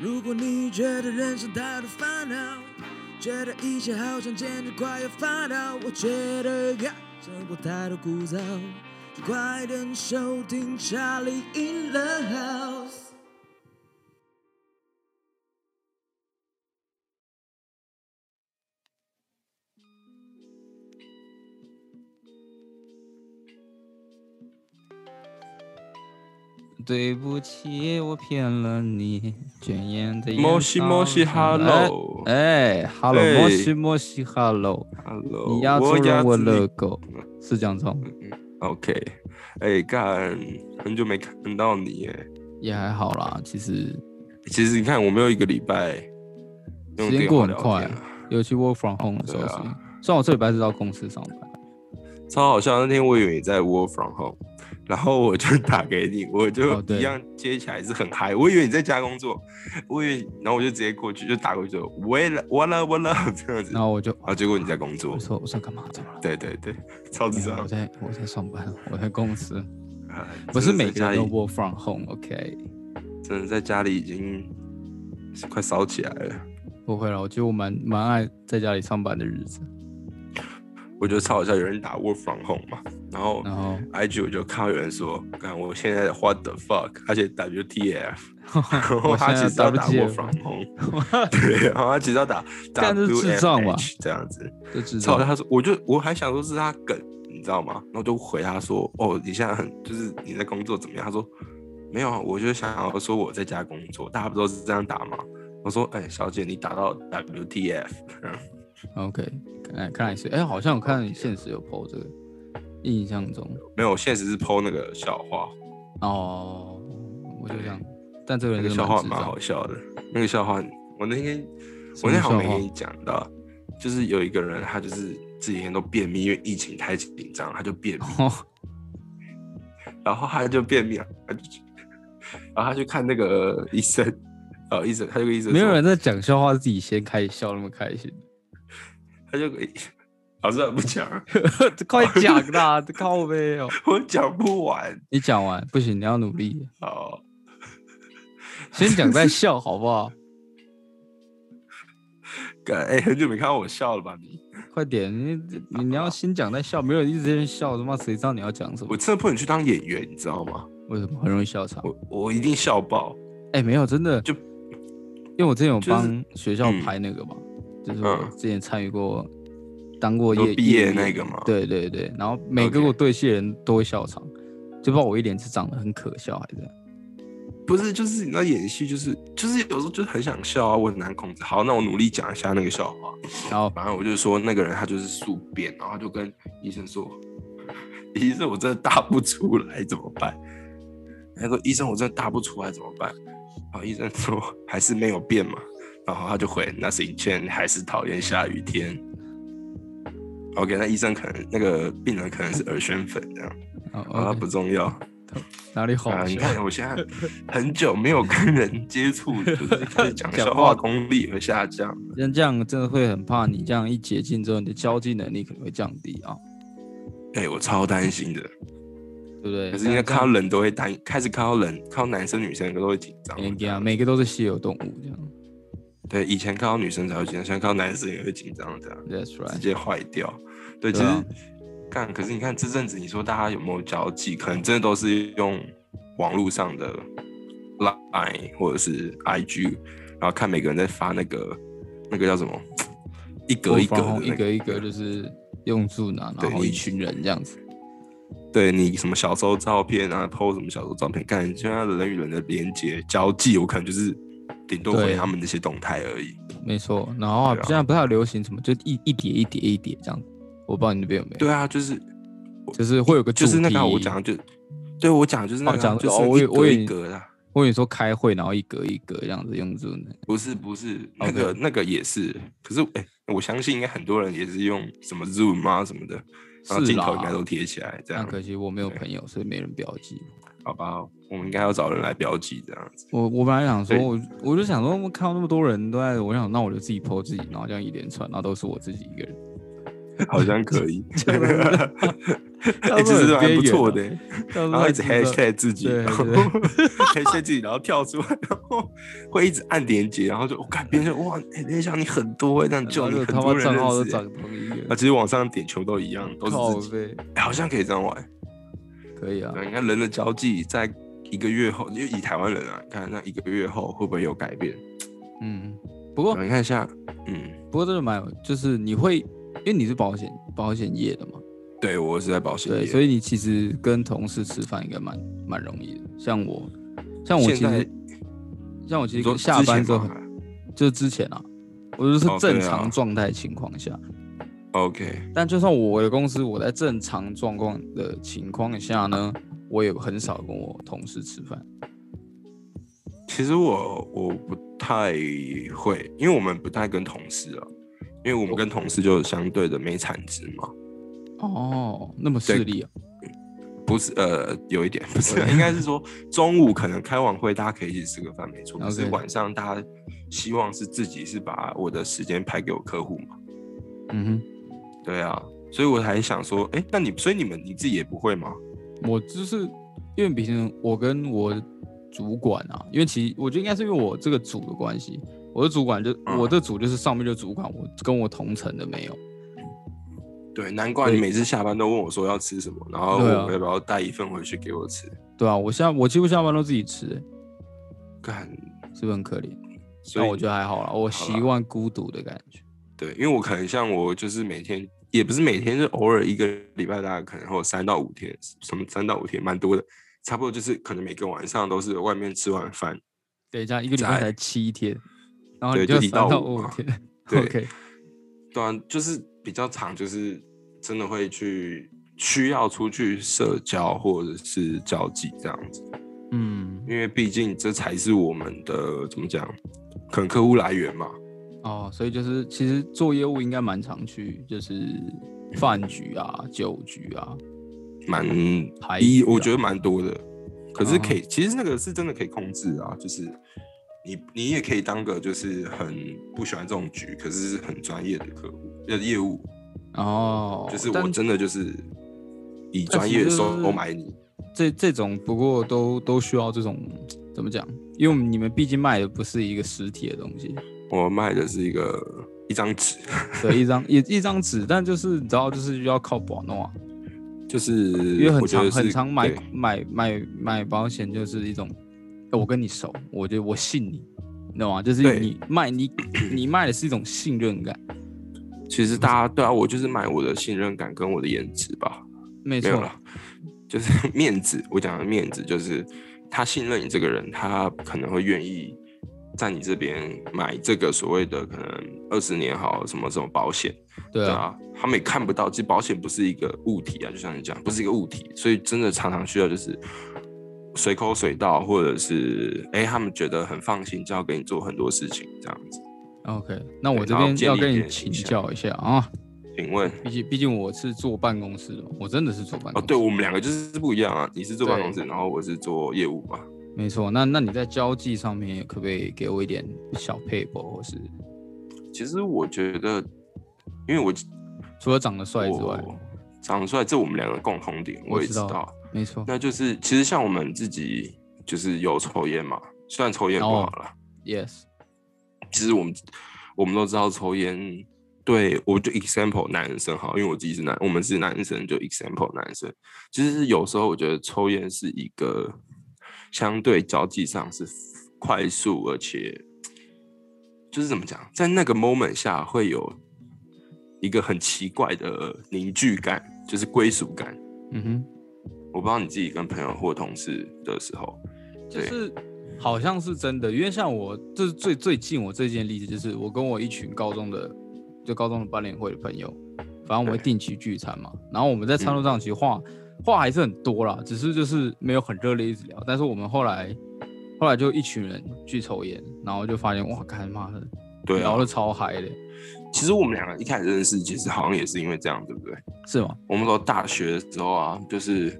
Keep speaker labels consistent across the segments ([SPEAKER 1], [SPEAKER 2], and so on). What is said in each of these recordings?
[SPEAKER 1] 如果你觉得人生太多烦恼，觉得一切好像简直快要发抖，我觉得呀，生活太多枯燥，就快点收听《查理 in the house》。
[SPEAKER 2] 对不起，我骗了你。卷烟的烟
[SPEAKER 3] 摩西摩西
[SPEAKER 2] 烧
[SPEAKER 3] 哈
[SPEAKER 2] 着
[SPEAKER 3] 喽
[SPEAKER 2] 哎哎哈喽，摩
[SPEAKER 3] 哎
[SPEAKER 2] 西摩西哈喽，
[SPEAKER 3] Hello，
[SPEAKER 2] 你压住了我
[SPEAKER 3] 哦我自己嗯
[SPEAKER 2] 的狗，是这样哦唱吗，
[SPEAKER 3] OK，哎、干，很久没看到你耶。
[SPEAKER 2] 也还好啦。其实
[SPEAKER 3] 其实你看，我没有一个礼拜用
[SPEAKER 2] 时间
[SPEAKER 3] 电
[SPEAKER 2] 过
[SPEAKER 3] 话
[SPEAKER 2] 很
[SPEAKER 3] 聊
[SPEAKER 2] 快
[SPEAKER 3] 天啊了，
[SPEAKER 2] 尤其 work from home 的时候
[SPEAKER 3] 对
[SPEAKER 2] 是
[SPEAKER 3] 啊，
[SPEAKER 2] 虽然我这礼拜是到公司上班，
[SPEAKER 3] 超好笑。那天我以为你在 Work from home，然后我就打给你，我就
[SPEAKER 2] 哦对
[SPEAKER 3] 一样接起来是很嗨、我以为你在家工作，我以为，然后我就直接过去就打过去说，喂了，完了，完了这样子。
[SPEAKER 2] 然后我就
[SPEAKER 3] 然后结果你在工作
[SPEAKER 2] 我，说我在干嘛？怎么了？
[SPEAKER 3] 对对对，超级
[SPEAKER 2] 没有我
[SPEAKER 3] 张。
[SPEAKER 2] 在我在上班，我在公司，
[SPEAKER 3] 哎
[SPEAKER 2] 不是每个人都
[SPEAKER 3] 真的在家里
[SPEAKER 2] work from home，OK？
[SPEAKER 3] 真的在家里已经是快烧起来了。
[SPEAKER 2] 不会了，我觉得我蛮蛮爱在家里上班的日子。
[SPEAKER 3] 我觉得超好笑，有人打 work from home 嘛，然后
[SPEAKER 2] 然后
[SPEAKER 3] IG 我就看到有人说，看我现在 what the fuck，而且 WTF，然后
[SPEAKER 2] 我
[SPEAKER 3] 他
[SPEAKER 2] 现
[SPEAKER 3] 其
[SPEAKER 2] 在
[SPEAKER 3] 实要打
[SPEAKER 2] WTF
[SPEAKER 3] work from home，对， 然后他其实要打
[SPEAKER 2] 干这是智障吧
[SPEAKER 3] WFH 这样子，
[SPEAKER 2] 就知
[SPEAKER 3] 超
[SPEAKER 2] 道
[SPEAKER 3] 好笑。他说，我就我还想说是他梗，你知道吗？然后就回他说，哦，你现在很就是你在工作怎么样？他说没有，啊，我就想要说我在家工作，大家不都是这样打吗？我说，哎、小姐，你打到 WTF，
[SPEAKER 2] OK，看来看来是，哎、好像我看你现实有 PO 这个，印象中
[SPEAKER 3] 没有，我现实是 PO 那个笑话。
[SPEAKER 2] 哦，我就这样，但这个
[SPEAKER 3] 那
[SPEAKER 2] 人
[SPEAKER 3] 个
[SPEAKER 2] 真的
[SPEAKER 3] 笑话
[SPEAKER 2] 智
[SPEAKER 3] 蛮
[SPEAKER 2] 障
[SPEAKER 3] 好，笑的，那个笑话，我那天
[SPEAKER 2] 什
[SPEAKER 3] 我
[SPEAKER 2] 么
[SPEAKER 3] 那天好像
[SPEAKER 2] 笑
[SPEAKER 3] 没
[SPEAKER 2] 话
[SPEAKER 3] 跟你讲到，就是有一个人，他就是这几天都便秘，因为疫情太紧张，他就便秘，
[SPEAKER 2] 哦，
[SPEAKER 3] 然后他就便秘了，他就去，然后他去看那个医生，呃，医生，他就跟医生
[SPEAKER 2] 没有
[SPEAKER 3] 说
[SPEAKER 2] 人，在讲笑话，自己先开始笑 那么开 心，
[SPEAKER 3] 他就 给，老师不讲，
[SPEAKER 2] 快讲啦，靠背哦，
[SPEAKER 3] 我讲不完
[SPEAKER 2] 你讲完不行，你要努力，
[SPEAKER 3] 哦，
[SPEAKER 2] 先讲再笑好不好？
[SPEAKER 3] 干哎、很久没看到我笑了吧你？
[SPEAKER 2] 快点，你你你要先讲再笑，没有人一直在那边笑，他妈谁知道你要讲什么
[SPEAKER 3] 我？真的不能去当演员，你知道吗？
[SPEAKER 2] 为什么很容易笑场？
[SPEAKER 3] 我我一定笑爆，
[SPEAKER 2] 哎、没有，真的
[SPEAKER 3] 就
[SPEAKER 2] 因为我之前有
[SPEAKER 3] 就是
[SPEAKER 2] 帮学校
[SPEAKER 3] 嗯
[SPEAKER 2] 拍那个嘛，就是我
[SPEAKER 3] 嗯
[SPEAKER 2] 之前参与过，当过
[SPEAKER 3] 说
[SPEAKER 2] 业
[SPEAKER 3] 毕业
[SPEAKER 2] 演
[SPEAKER 3] 那个嘛
[SPEAKER 2] 对对对，然后每个
[SPEAKER 3] OK
[SPEAKER 2] 我对戏的人都会笑场，就不知道我一脸是长得很可笑还是怎样。
[SPEAKER 3] 不是，就是你知道演戏，就是就是有时候就是很想笑啊，我很难控制。好，那我努力讲一下那个笑话。
[SPEAKER 2] 然后
[SPEAKER 3] 反正我就说那个人他就是宿便，然后就跟医生说：“ 医生，我真的大不出来，怎么办？”他说：“医生，我真的大不出来，怎么办？”然后医生说：“还是没有变嘛。”然后他就回：“那是以前还是讨厌下雨天。” OK，那医生可能那个病人可能是耳宣粉这样，
[SPEAKER 2] 哦
[SPEAKER 3] 啊，
[SPEAKER 2] o
[SPEAKER 3] 不重要。
[SPEAKER 2] 哪里好
[SPEAKER 3] 啊，你
[SPEAKER 2] 笑？
[SPEAKER 3] 看我现在很久没有跟人接触，就是开始讲
[SPEAKER 2] 讲
[SPEAKER 3] 笑
[SPEAKER 2] 话
[SPEAKER 3] 话功力会下降。
[SPEAKER 2] 像这样真的会很怕你这样一解禁之后，你的交际能力可能会降低啊，
[SPEAKER 3] 哎、我超担 心的，
[SPEAKER 2] 对不对？啊
[SPEAKER 3] 可是因为看到人都会担，开始看到人，看到男生女生都会紧张。
[SPEAKER 2] 人家每个都是稀有动物这样
[SPEAKER 3] 对，以前看到女生才会紧张，现在看到男生也会紧张，这样
[SPEAKER 2] ，That's
[SPEAKER 3] 直
[SPEAKER 2] right。
[SPEAKER 3] 接坏掉。对，其
[SPEAKER 2] 对啊
[SPEAKER 3] 实干，可是你看这阵子，你说大家有没有交际？可能真的都是用网络上的 Line 或者是 IG，然后看每个人在发那个那个叫什么，一格一格的、那
[SPEAKER 2] 一
[SPEAKER 3] 个
[SPEAKER 2] 个一个就是用住呢，然
[SPEAKER 3] 对
[SPEAKER 2] 后
[SPEAKER 3] 你
[SPEAKER 2] 一群人这样子。
[SPEAKER 3] 对你什么小时候照片啊，PO 什么小时候照片，看现在人与人的连接交际，我可能就是顶多回
[SPEAKER 2] 对
[SPEAKER 3] 他们那些动态而已。
[SPEAKER 2] 没错，然后啊
[SPEAKER 3] 对啊
[SPEAKER 2] 现在不太流行什么，就一一叠一叠一叠这样，我不知道你那边有没有。
[SPEAKER 3] 对，啊，就是
[SPEAKER 2] 就是会有个
[SPEAKER 3] 就是那个啊
[SPEAKER 2] 主题
[SPEAKER 3] 我讲的就，对我讲的就是那
[SPEAKER 2] 哦
[SPEAKER 3] 个啊、
[SPEAKER 2] 讲
[SPEAKER 3] 就是
[SPEAKER 2] 哦我以
[SPEAKER 3] 一
[SPEAKER 2] 我
[SPEAKER 3] 格
[SPEAKER 2] 以为
[SPEAKER 3] 一格的啊，
[SPEAKER 2] 我跟你说开会，然后一格一格这样子用这种的。
[SPEAKER 3] 不是不是那
[SPEAKER 2] OK
[SPEAKER 3] 个那个也是，可是哎、我相信应该很多人也是用什么 Zoom 啊什么的，然后
[SPEAKER 2] 是
[SPEAKER 3] 镜
[SPEAKER 2] 啦
[SPEAKER 3] 头应该都贴起来这
[SPEAKER 2] 那
[SPEAKER 3] 样，
[SPEAKER 2] 可惜我没有
[SPEAKER 3] 对
[SPEAKER 2] 朋友，所以没人标记。
[SPEAKER 3] 好吧？我们应该要找人来标记这样子。
[SPEAKER 2] 我我本来想说，
[SPEAKER 3] 对
[SPEAKER 2] 我我就想说，我看到那么多人都在，我想那我就自己 PO 自己，然后这样一连串，然后都是我自己一个人。
[SPEAKER 3] 好像 可以，
[SPEAKER 2] 这样子
[SPEAKER 3] 哎、其实还不错的、欸
[SPEAKER 2] 大部分很边缘啊，
[SPEAKER 3] 然后一直
[SPEAKER 2] 大部分知道
[SPEAKER 3] hashtag 自己，
[SPEAKER 2] 对
[SPEAKER 3] 然后
[SPEAKER 2] 对
[SPEAKER 3] hashtag 自己，然后跳出来，然后会一直按连接，然后就我看别人说哇，哎、联想你很多、欸，这样就
[SPEAKER 2] 然
[SPEAKER 3] 你
[SPEAKER 2] 后
[SPEAKER 3] 很
[SPEAKER 2] 他妈
[SPEAKER 3] 多人
[SPEAKER 2] 账号都
[SPEAKER 3] 认识、
[SPEAKER 2] 长
[SPEAKER 3] 欸。
[SPEAKER 2] 得同一
[SPEAKER 3] 啊，
[SPEAKER 2] 个，
[SPEAKER 3] 其实网上点球都一样，都
[SPEAKER 2] 靠
[SPEAKER 3] 是自己，
[SPEAKER 2] 背，
[SPEAKER 3] 哎好像可以这样玩。
[SPEAKER 2] 可以啊，
[SPEAKER 3] 对，你看人的交际在一个月后，因为以台湾人啊，你看那一个月后会不会有改变？
[SPEAKER 2] 嗯，不过
[SPEAKER 3] 你看一下，嗯，
[SPEAKER 2] 不过真的蛮有，就是你会，因为你是保险保险业的嘛，
[SPEAKER 3] 对我是在保险
[SPEAKER 2] 对，
[SPEAKER 3] 业，
[SPEAKER 2] 所以你其实跟同事吃饭应该蛮蛮容易的。像我，像我
[SPEAKER 3] 现
[SPEAKER 2] 其
[SPEAKER 3] 在
[SPEAKER 2] 实，像我其
[SPEAKER 3] 你说
[SPEAKER 2] 实下班之后
[SPEAKER 3] 之前，吗
[SPEAKER 2] 就是之前啊，我就是
[SPEAKER 3] 哦对啊
[SPEAKER 2] 正常状态情况下。
[SPEAKER 3] ，OK，
[SPEAKER 2] 但就算我的公司，我在正常状况的情况下呢，我也很少跟我同事吃饭。
[SPEAKER 3] 其实我我不太会，因为我们不太跟同事啊，因为我们跟同事就相对的没产值嘛，
[SPEAKER 2] 哦，那么势利啊？
[SPEAKER 3] 不是呃，有一点不是， 应该是说中午可能开完会，大家可以一起吃个饭，没错。可是
[SPEAKER 2] OK
[SPEAKER 3] 晚上大家希望是自己是把我的时间排给我客户嘛，
[SPEAKER 2] 嗯
[SPEAKER 3] 对啊，所以我还想说，哎、那你所以你们你自己也不会吗？
[SPEAKER 2] 哼，我就是因为毕竟我跟我主管啊，因为其实我觉得应该是因为我这个组的关系，我的主管就、
[SPEAKER 3] 嗯
[SPEAKER 2] 我这组就是上面就主管，我跟我同层的没有。
[SPEAKER 3] 对，难怪
[SPEAKER 2] 对
[SPEAKER 3] 你每次下班都问我说要吃什么，然后
[SPEAKER 2] 对啊
[SPEAKER 3] 我要不要带一份回去给我吃？
[SPEAKER 2] 对啊，我下我几乎下班都自己吃、欸，
[SPEAKER 3] 干，
[SPEAKER 2] 是不是很可怜？
[SPEAKER 3] 所
[SPEAKER 2] 但
[SPEAKER 3] 以
[SPEAKER 2] 我觉得还好啦，我习惯孤独的感觉。
[SPEAKER 3] 对，因为我可能像我就是每天也不是每天，是偶尔一个礼拜大概可能会有三到五天，什么三到五天蛮多的，差不多就是可能每个晚上都是外面吃完饭。
[SPEAKER 2] 等一下，一个礼拜才七天，然后
[SPEAKER 3] 对
[SPEAKER 2] 你
[SPEAKER 3] 就一
[SPEAKER 2] 三
[SPEAKER 3] 到
[SPEAKER 2] 到
[SPEAKER 3] 五
[SPEAKER 2] 五
[SPEAKER 3] 嘛
[SPEAKER 2] 天。
[SPEAKER 3] 对
[SPEAKER 2] OK，
[SPEAKER 3] 对啊，就是比较长，就是真的会去需要出去社交或者是交际这样子，
[SPEAKER 2] 嗯，
[SPEAKER 3] 因为毕竟这才是我们的怎么讲，可能客户来源嘛。
[SPEAKER 2] 哦，所以就是其实做业务应该蛮常去，就是饭局啊、酒局啊，
[SPEAKER 3] 蛮
[SPEAKER 2] 排
[SPEAKER 3] 一，
[SPEAKER 2] 挤
[SPEAKER 3] 我
[SPEAKER 2] 啊
[SPEAKER 3] 觉得蛮多的。可是
[SPEAKER 2] 嗯
[SPEAKER 3] 可以，其实那个是真的可以控制啊，就是你你也可以当个就是很不喜欢这种局，可是是很专业的客户呃业务，
[SPEAKER 2] 然后
[SPEAKER 3] 就是我
[SPEAKER 2] 哦但
[SPEAKER 3] 真的就是以
[SPEAKER 2] 但
[SPEAKER 3] 专
[SPEAKER 2] 其实
[SPEAKER 3] 业
[SPEAKER 2] 就是
[SPEAKER 3] 收买你。
[SPEAKER 2] 这这种不过都都需要这种怎么讲？因为你们毕竟卖的不是一个实体的东 西，
[SPEAKER 3] 我卖的是一个一张纸，
[SPEAKER 2] 对，一张一一张纸，但就是你知道，就是要靠保弄啊。
[SPEAKER 3] 就是
[SPEAKER 2] 因为很
[SPEAKER 3] 我觉
[SPEAKER 2] 常
[SPEAKER 3] 得是
[SPEAKER 2] 很常买
[SPEAKER 3] 对
[SPEAKER 2] 买买买保险就是一种，呃我跟你熟，我觉得我信你，你懂吗？就是
[SPEAKER 3] 对
[SPEAKER 2] 你卖你你卖的是一种信任感，
[SPEAKER 3] 其实大家对啊，我就是买我的信任感跟我的颜值吧，
[SPEAKER 2] 没
[SPEAKER 3] 没有
[SPEAKER 2] 错
[SPEAKER 3] 了，就是 面子。我讲的面子就是他信任你这个人，他可能会愿意在你这边买这个所谓的可能二十年好什么什么保险，
[SPEAKER 2] 对啊，
[SPEAKER 3] 啊，他们也看不到，其实保险不是一个物体啊，就像你讲，不是一个物体，所以真的常常需要就是随口随到，或者是哎、他们觉得很放心，就要给你做很多事情这样子。
[SPEAKER 2] OK，那我
[SPEAKER 3] 对
[SPEAKER 2] 这
[SPEAKER 3] 然后
[SPEAKER 2] 边
[SPEAKER 3] 建
[SPEAKER 2] 要
[SPEAKER 3] 立
[SPEAKER 2] 跟
[SPEAKER 3] 别
[SPEAKER 2] 你
[SPEAKER 3] 人
[SPEAKER 2] 请
[SPEAKER 3] 形象
[SPEAKER 2] 教一下啊，
[SPEAKER 3] 请问
[SPEAKER 2] 毕竟毕竟我是坐办公室的，我真的是坐办
[SPEAKER 3] 哦，
[SPEAKER 2] 公室。
[SPEAKER 3] 对我们两个就是不一样啊，你是做办
[SPEAKER 2] 对
[SPEAKER 3] 公室，然后我是做业务嘛。
[SPEAKER 2] 没错。那那你在交际上面可不可以给我一点小配博，或是
[SPEAKER 3] 其实我觉得，因为我
[SPEAKER 2] 除了长得帅之外，
[SPEAKER 3] 我长得帅，这我们两个共同点，
[SPEAKER 2] 我
[SPEAKER 3] 我也
[SPEAKER 2] 知
[SPEAKER 3] 知
[SPEAKER 2] 道
[SPEAKER 3] 道，
[SPEAKER 2] 没错，
[SPEAKER 3] 那就是其实像我们自己就是有抽烟嘛，虽然抽烟不
[SPEAKER 2] 哦
[SPEAKER 3] 好啦，
[SPEAKER 2] ，yes，
[SPEAKER 3] 其实我们我们都知道抽烟，对我就 example 男生好，因为我自己是男，我们是男生，就 example 男生。其实有时候我觉得抽烟是一个相对交际上是快速，而且就是怎么讲，在那个 moment 下会有一个很奇怪的凝聚感，就是归属感。
[SPEAKER 2] 嗯哼，
[SPEAKER 3] 我不知道你自己跟朋友或同事的时候，
[SPEAKER 2] 就
[SPEAKER 3] 对
[SPEAKER 2] 是好像是真的，因为像我这是最最近我最近的例子，就是我跟我一群高中的就高中的班联会的朋友，反正我们会
[SPEAKER 3] 对
[SPEAKER 2] 定期聚餐嘛，然后我们在餐桌上其实话、话还是很多啦，只是就是没有很热烈一直聊，但是我们后来后来就一群人去抽烟，然后就发现哇，干妈的
[SPEAKER 3] 对啊
[SPEAKER 2] 聊，的超嗨的，
[SPEAKER 3] 其实我们两个一开始认识，其实好像也是因为这样，对不对？
[SPEAKER 2] 是吗？
[SPEAKER 3] 我们到大学的时候啊，就是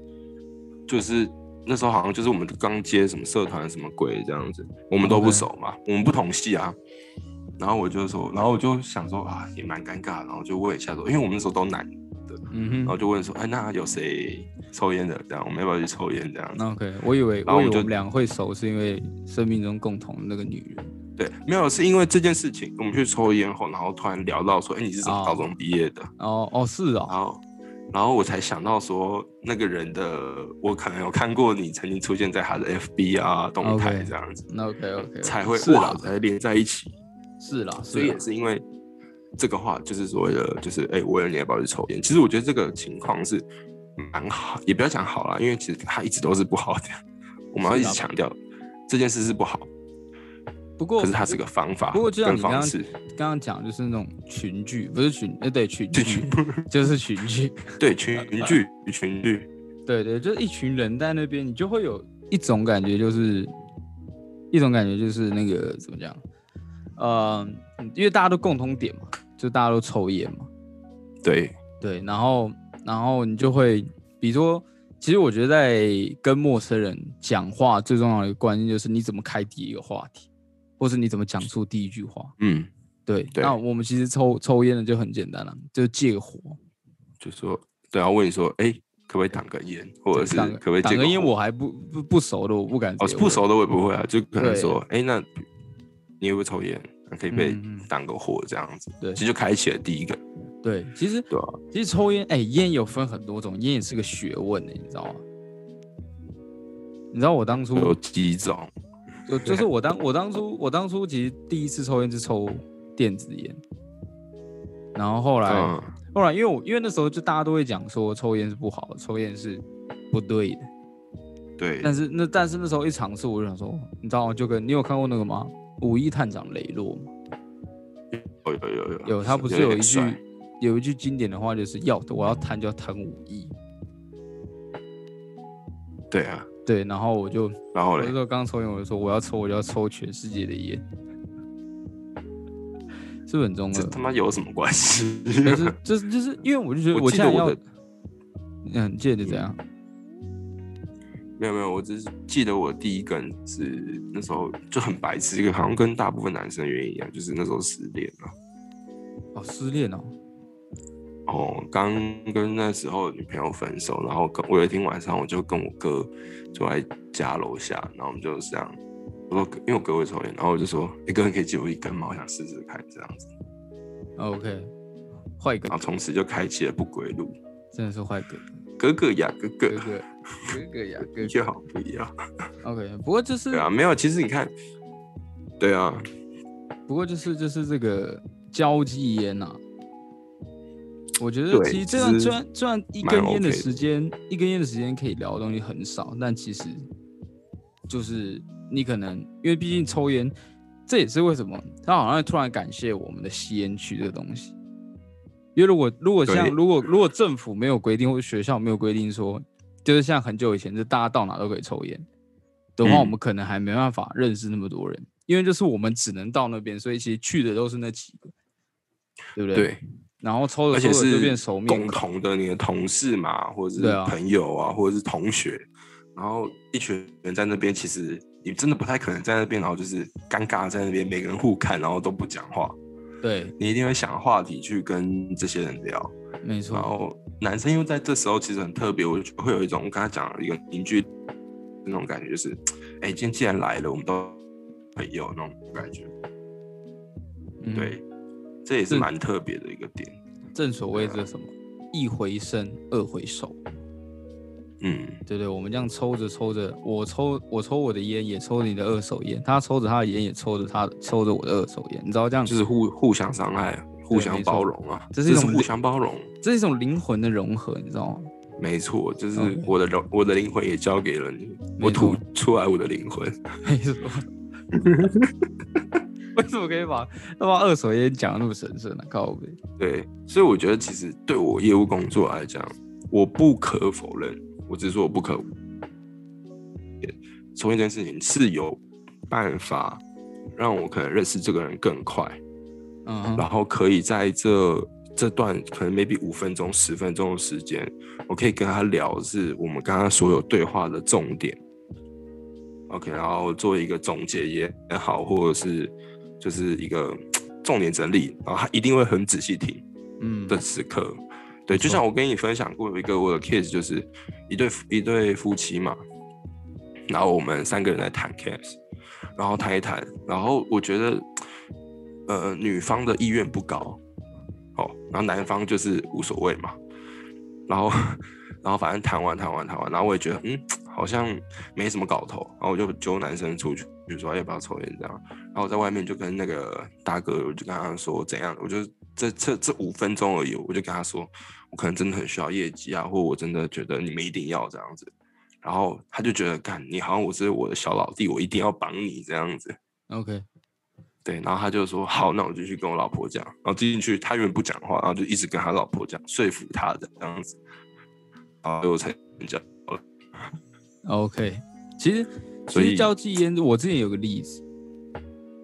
[SPEAKER 3] 就是那时候好像就是我们刚接什么社团什么鬼这样子，我们都不
[SPEAKER 2] OK
[SPEAKER 3] 熟嘛我们不同系啊，然后我就说，然后我就想说啊，也蛮尴尬，然后就问一下说，因为我们那时候都男，
[SPEAKER 2] 嗯
[SPEAKER 3] 然后
[SPEAKER 2] 哼，
[SPEAKER 3] 就问说，哎，那有谁抽烟的？这样我们要不要去抽烟？这样
[SPEAKER 2] 那 OK，我以为
[SPEAKER 3] 然后
[SPEAKER 2] 我以为
[SPEAKER 3] 我们
[SPEAKER 2] 我
[SPEAKER 3] 就
[SPEAKER 2] 们俩会熟是因为生命中共同的那个女人，
[SPEAKER 3] 对，没有，是因为这件事情，我们去抽烟后，然后突然聊到说，哎，你是怎么
[SPEAKER 2] 哦
[SPEAKER 3] 高中毕业的？
[SPEAKER 2] 哦哦是哦，
[SPEAKER 3] 然后，然后我才想到说，那个人的我可能有看过你曾经出现在他的 FB 啊动态
[SPEAKER 2] OK
[SPEAKER 3] 这样子
[SPEAKER 2] 那 OK OK
[SPEAKER 3] 才会
[SPEAKER 2] 是
[SPEAKER 3] 哇
[SPEAKER 2] 啦啊
[SPEAKER 3] 才连在一起。
[SPEAKER 2] 是啦，
[SPEAKER 3] 所以
[SPEAKER 2] 是啦
[SPEAKER 3] 也是因为这个话，就是所谓的就是哎、我有你要不要去抽烟？其实我觉得这个情况是蛮好，也不要讲好啦，因为其实他一直都是不好的。我们要一
[SPEAKER 2] 是
[SPEAKER 3] 直
[SPEAKER 2] 啊
[SPEAKER 3] 强调这件事是不好，
[SPEAKER 2] 不过
[SPEAKER 3] 可是它是个方法
[SPEAKER 2] 不过就像
[SPEAKER 3] 跟
[SPEAKER 2] 你刚
[SPEAKER 3] 方
[SPEAKER 2] 刚
[SPEAKER 3] 式。
[SPEAKER 2] 刚刚讲，就是那种群聚，不是群，哎、对，群 聚， 就是群聚，
[SPEAKER 3] 对
[SPEAKER 2] 呃
[SPEAKER 3] 群聚群聚，
[SPEAKER 2] 对对，就是一群人在那边，你就会有一种感觉，就是一种感觉，就是那个怎么讲，呃，因为大家都共同点嘛，就大家都抽烟嘛，
[SPEAKER 3] 对
[SPEAKER 2] 对，然后然后你就会，比如说，其实我觉得在跟陌生人讲话最重要的一个关键就是你怎么开第一个话题，或是你怎么讲出第一句话。
[SPEAKER 3] 嗯，
[SPEAKER 2] 对，
[SPEAKER 3] 对
[SPEAKER 2] 那我们其实抽抽烟的就很简单了、就借火，
[SPEAKER 3] 就说对啊，问你说哎、可不可以挡根烟，或者是
[SPEAKER 2] 挡个
[SPEAKER 3] 可不可以
[SPEAKER 2] 挡
[SPEAKER 3] 借
[SPEAKER 2] 根
[SPEAKER 3] 个
[SPEAKER 2] 烟，
[SPEAKER 3] 火
[SPEAKER 2] 我还不不不熟的，我不敢直
[SPEAKER 3] 哦
[SPEAKER 2] 接问。
[SPEAKER 3] 不熟的我也不会啊，就可能
[SPEAKER 2] 对
[SPEAKER 3] 说哎、那你会不会抽烟？可以被
[SPEAKER 2] 嗯嗯嗯
[SPEAKER 3] 挡个火这样子，
[SPEAKER 2] 对
[SPEAKER 3] 其实就开启了第一个，
[SPEAKER 2] 对，其实
[SPEAKER 3] 对啊，
[SPEAKER 2] 其实抽烟，哎、烟有分很多种，烟也是个学问欸的、你知道吗？你知道我当初
[SPEAKER 3] 有几种，
[SPEAKER 2] 就就是我当我当初我当初其实第一次抽烟是抽电子烟，然后后来、
[SPEAKER 3] 嗯，
[SPEAKER 2] 后来因为我因为那时候就大家都会讲说抽烟是不好的，抽烟是不对的，
[SPEAKER 3] 对，
[SPEAKER 2] 但是那但是那时候一尝试我就想说，你知道吗？就跟你有看过那个吗？五一探长雷洛吗？
[SPEAKER 3] 有有有有
[SPEAKER 2] 有，他不是
[SPEAKER 3] 有
[SPEAKER 2] 有
[SPEAKER 3] 点
[SPEAKER 2] 一句
[SPEAKER 3] 帅
[SPEAKER 2] 有一句经典的话，就是要的我要贪就要贪五亿。
[SPEAKER 3] 对啊，
[SPEAKER 2] 对，然后我就
[SPEAKER 3] 然后
[SPEAKER 2] 我那
[SPEAKER 3] 嘞
[SPEAKER 2] 时，候刚抽烟，我就说我要抽，我就要抽全世界的烟， 是不是很中
[SPEAKER 3] 这
[SPEAKER 2] 二
[SPEAKER 3] 他？妈有什么关 系？
[SPEAKER 2] 但是就是就是因为我就觉得
[SPEAKER 3] 我记
[SPEAKER 2] 现
[SPEAKER 3] 得
[SPEAKER 2] 在
[SPEAKER 3] 我
[SPEAKER 2] 要
[SPEAKER 3] 的，
[SPEAKER 2] 嗯，你记得怎样？
[SPEAKER 3] 没有没有，我只是记得我第一根是那时候就很白痴，这个好像跟大部分男生的原因一样，就是那时候失恋了，
[SPEAKER 2] 哦，失恋哦，
[SPEAKER 3] 哦，刚跟那时候女朋友分手，然后跟我有一天晚上我就跟我哥坐在家楼下，然后我们就这样，我说因为我哥会抽烟，然后我就说一个人可以借我一根吗？我想试试看这样子，
[SPEAKER 2] 哦 OK，坏梗
[SPEAKER 3] 然，后从此就开启了不归路，
[SPEAKER 2] 真的是坏梗，
[SPEAKER 3] 哥哥呀 哥
[SPEAKER 2] 哥
[SPEAKER 3] 哥，
[SPEAKER 2] 哥，哥哥呀， 哥
[SPEAKER 3] 你好不一样。
[SPEAKER 2] 哥。OK，不过就是
[SPEAKER 3] 对，啊，没有，其实你看，对啊，
[SPEAKER 2] 不过就是就是这个交际烟呐、我觉得
[SPEAKER 3] 对
[SPEAKER 2] 其实这
[SPEAKER 3] 其
[SPEAKER 2] 样
[SPEAKER 3] 实
[SPEAKER 2] 虽然虽然一
[SPEAKER 3] 蛮
[SPEAKER 2] 根烟
[SPEAKER 3] OK
[SPEAKER 2] 的
[SPEAKER 3] 的
[SPEAKER 2] 时间，一根烟的时间可以聊的东西很少，但其实就是你可能因为毕竟抽烟，这也是为什么他好像突然感谢我们的吸烟区这个东西。因为如果如果像
[SPEAKER 3] 对
[SPEAKER 2] 如果如果政府没有规定或者学校没有规定说，就是像很久以前就大家到哪都可以抽烟的话，
[SPEAKER 3] 嗯
[SPEAKER 2] 我们可能还没办法认识那么多人，因为就是我们只能到那边，所以其实去的都是那几个，对不对？。
[SPEAKER 3] 对，
[SPEAKER 2] 然后抽着
[SPEAKER 3] 而且
[SPEAKER 2] 抽着
[SPEAKER 3] 是
[SPEAKER 2] 就变熟面
[SPEAKER 3] 共
[SPEAKER 2] 孔，
[SPEAKER 3] 同的你的同事嘛，或者
[SPEAKER 2] 对
[SPEAKER 3] 是
[SPEAKER 2] 啊
[SPEAKER 3] 朋友啊，或者是同学，然后一群人在那边，其实你真的不太可能在那边，然后就是尴尬在那边，每个人互看，然后都不讲话，
[SPEAKER 2] 对，
[SPEAKER 3] 你一定会想话题去跟这些人聊。
[SPEAKER 2] 没
[SPEAKER 3] 然
[SPEAKER 2] 错，
[SPEAKER 3] 后男生又在这时候其实很特别，我就觉得会有一种我刚才讲的一个邻居那种感觉，就是，哎，今天既然来了，我们都朋友那种感觉。
[SPEAKER 2] 嗯，
[SPEAKER 3] 对，这也是
[SPEAKER 2] 是
[SPEAKER 3] 蛮特别的一个点。
[SPEAKER 2] 正所谓这什么一回生二回熟，
[SPEAKER 3] 嗯，
[SPEAKER 2] 对不对？我们这样抽着抽着，我抽我抽我的烟，也抽你的二手烟，他抽着他的烟，也抽着他抽着我的二手烟，你知道这样
[SPEAKER 3] 就是互互相伤害，啊互相
[SPEAKER 2] 没错
[SPEAKER 3] 包容啊，
[SPEAKER 2] 这
[SPEAKER 3] 这
[SPEAKER 2] 是一
[SPEAKER 3] 是
[SPEAKER 2] 种
[SPEAKER 3] 互相包容。
[SPEAKER 2] 这是一种灵魂的融合，你知道吗？
[SPEAKER 3] 没错，就是
[SPEAKER 2] OK
[SPEAKER 3] 我的容我的灵魂也交给了你，
[SPEAKER 2] 没
[SPEAKER 3] 我吐
[SPEAKER 2] 错
[SPEAKER 3] 出来我的灵魂。
[SPEAKER 2] 为什么？ 为什么可以把他把二手烟讲的那么神圣呢、靠背，
[SPEAKER 3] 对，所以我觉得其实对我业务工作来讲，我不可否认，我只是说我不可，从一件事情是有办法让我可能认识这个人更快，
[SPEAKER 2] 嗯哼，
[SPEAKER 3] 然后可以在这这段可能 maybe 五分钟、十分钟的时间，我可以跟他聊是我们刚刚所有对话的重点。OK，然后做一个总结也好，或者是就是一个重点整理，然后他一定会很仔细听
[SPEAKER 2] 嗯，
[SPEAKER 3] 的时刻。对，就
[SPEAKER 2] 错
[SPEAKER 3] 像我跟你分享过有一个我的 case，就是一对夫一对夫妻嘛，然后我们三个人在谈 case，然后谈一谈，然后我觉得，呃，女方的意愿不高，哦，然后男方就是无所谓嘛，然后然后反正谈完谈完谈完，然后我也觉得嗯，好像没什么搞头，然后我就揪男生出去，比如说哎要不要抽烟这样，然后我在外面就跟那个大哥，我就跟他说怎样，我就这这这五分钟而已，我就跟他说，我可能真的很需要业绩啊，或我真的觉得你们一定要这样子，然后他就觉得干你好像我是我的小老弟，我一定要帮你这样子，
[SPEAKER 2] OK，
[SPEAKER 3] 对，然后他就说好，那我就去跟我老婆讲。然后进去，他原本不讲话，然后就一直跟他老婆讲，说服他的这样子，然后最后才讲。
[SPEAKER 2] OK，其实其
[SPEAKER 3] 所
[SPEAKER 2] 实
[SPEAKER 3] 以
[SPEAKER 2] 交际烟，我之前有个例子，